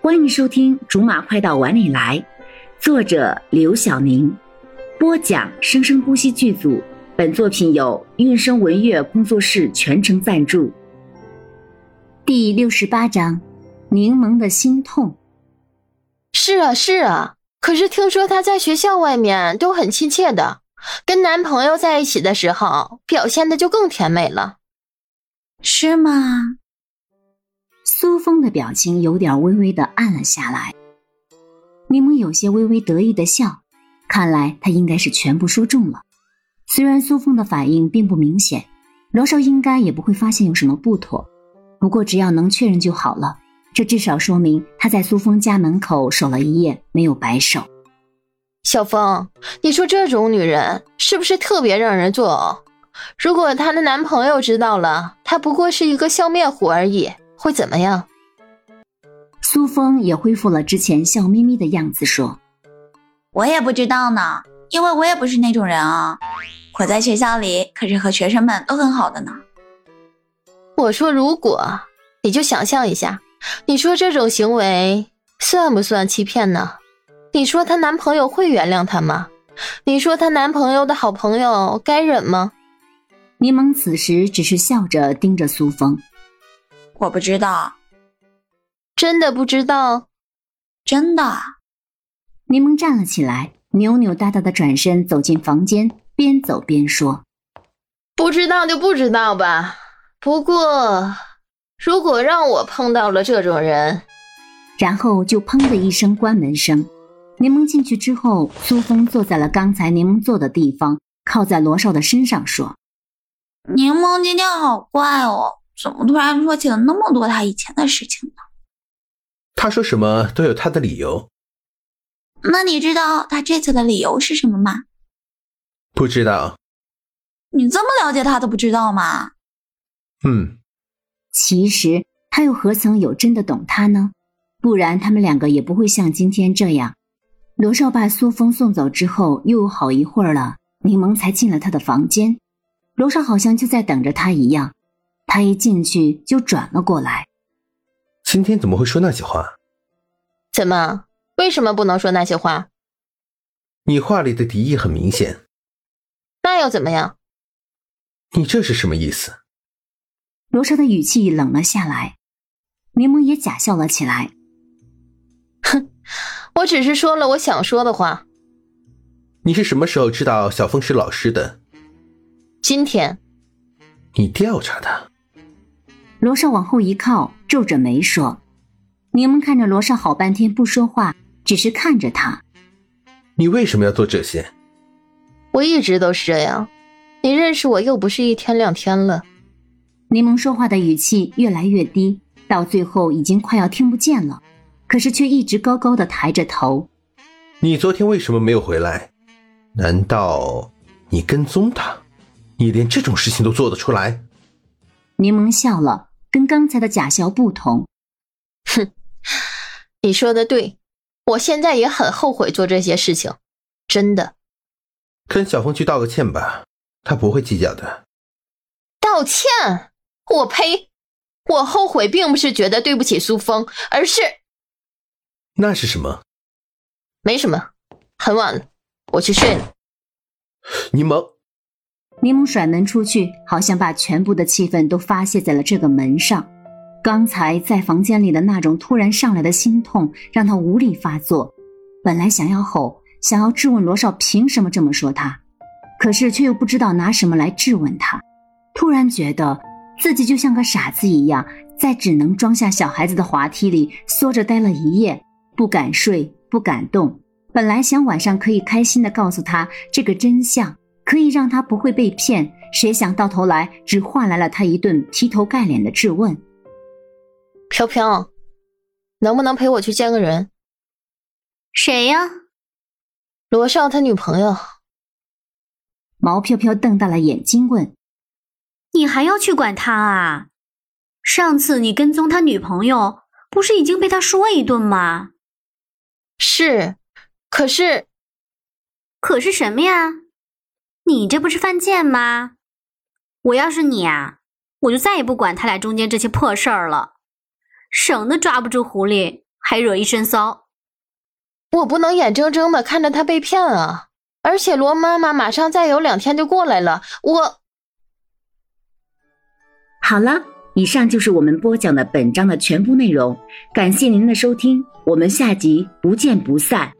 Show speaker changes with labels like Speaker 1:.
Speaker 1: 欢迎收听《竹马快到碗里来》，作者刘晓宁，播讲生生不息剧组。本作品由韵声文乐工作室全程赞助。
Speaker 2: 第六十八章，柠檬的心痛。
Speaker 3: 是啊，是啊，可是听说她在学校外面都很亲切的，跟男朋友在一起的时候表现的就更甜美了。
Speaker 2: 是吗？苏峰的表情有点微微的暗了下来。柠檬有些微微得意的笑，看来他应该是全部说中了。虽然苏峰的反应并不明显，罗少应该也不会发现有什么不妥。不过只要能确认就好了，这至少说明他在苏峰家门口守了一夜，没有白守。
Speaker 3: 小峰，你说这种女人是不是特别让人作呕？如果她的男朋友知道了，她不过是一个笑面虎而已，会怎么样？
Speaker 2: 苏峰也恢复了之前笑眯眯的样子，说：“
Speaker 4: 我也不知道呢，因为我也不是那种人啊。我在学校里可是和学生们都很好的呢。”
Speaker 3: 我说：“如果，你就想象一下，你说这种行为算不算欺骗呢？你说她男朋友会原谅她吗？你说她男朋友的好朋友该忍吗？”
Speaker 2: 柠檬此时只是笑着盯着苏峰。
Speaker 4: 我不知道，
Speaker 3: 真的不知道，
Speaker 4: 真的。
Speaker 2: 柠檬站了起来，扭扭哒哒的转身走进房间，边走边说：“
Speaker 3: 不知道就不知道吧。不过，如果让我碰到了这种人……”
Speaker 2: 然后就砰的一声关门声。柠檬进去之后，苏峰坐在了刚才柠檬坐的地方，靠在罗少的身上说：“
Speaker 4: 柠檬今天好怪哦。”怎么突然说起了那么多他以前的事情呢？
Speaker 5: 他说什么都有他的理由。
Speaker 4: 那你知道他这次的理由是什么吗？
Speaker 5: 不知道。
Speaker 4: 你这么了解他都不知道吗？
Speaker 5: 嗯。
Speaker 2: 其实他又何曾有真的懂他呢？不然他们两个也不会像今天这样。罗少把苏峰送走之后，又有好一会儿了，柠檬才进了他的房间。罗少好像就在等着他一样。他一进去就转了过来。
Speaker 5: 今天怎么会说那些话？
Speaker 3: 怎么？为什么不能说那些话？
Speaker 5: 你话里的敌意很明显。
Speaker 3: 那又怎么样？
Speaker 5: 你这是什么意思？
Speaker 2: 罗少的语气冷了下来，柠檬也假笑了起来。
Speaker 3: 哼，我只是说了我想说的话。
Speaker 5: 你是什么时候知道小峰是老师的？
Speaker 3: 今天。
Speaker 5: 你调查他？
Speaker 2: 罗少往后一靠，皱着眉说：“柠檬看着罗少好半天不说话，只是看着他。
Speaker 5: 你为什么要做这些？
Speaker 3: 我一直都是这样。你认识我又不是一天两天了。”
Speaker 2: 柠檬说话的语气越来越低，到最后已经快要听不见了，可是却一直高高的抬着头。
Speaker 5: 你昨天为什么没有回来？难道你跟踪他？你连这种事情都做得出来？
Speaker 2: 柠檬笑了，跟刚才的假笑不同。
Speaker 3: 哼，你说的对，我现在也很后悔做这些事情，真的。
Speaker 5: 跟小峰去道个歉吧，他不会计较的。
Speaker 3: 道歉？我呸！我后悔并不是觉得对不起苏峰，而是……
Speaker 5: 那是什么？
Speaker 3: 没什么，很晚了，我去睡了。
Speaker 5: 柠檬。
Speaker 2: 柠檬甩门出去，好像把全部的气氛都发泄在了这个门上。刚才在房间里的那种突然上来的心痛，让他无力发作。本来想要吼，想要质问罗少凭什么这么说他，可是却又不知道拿什么来质问他。突然觉得自己就像个傻子一样，在只能装下小孩子的滑梯里缩着待了一夜，不敢睡，不敢动。本来想晚上可以开心的告诉他这个真相。可以让他不会被骗，谁想到头来只换来了他一顿劈头盖脸的质问。
Speaker 3: 飘飘，能不能陪我去见个人？
Speaker 4: 谁呀？
Speaker 3: 罗少他女朋友。
Speaker 2: 毛飘飘瞪大了眼睛问：“
Speaker 6: 你还要去管他啊？上次你跟踪他女朋友，不是已经被他说一顿吗？”
Speaker 3: 是，可是，
Speaker 6: 可是什么呀？你这不是犯贱吗？我要是你啊，我就再也不管他俩中间这些破事儿了，省得抓不住狐狸，还惹一身骚。
Speaker 3: 我不能眼睁睁的看着他被骗啊！而且罗妈妈马上再有两天就过来了，我
Speaker 2: 好了，以上就是我们播讲的本章的全部内容，感谢您的收听，我们下集不见不散。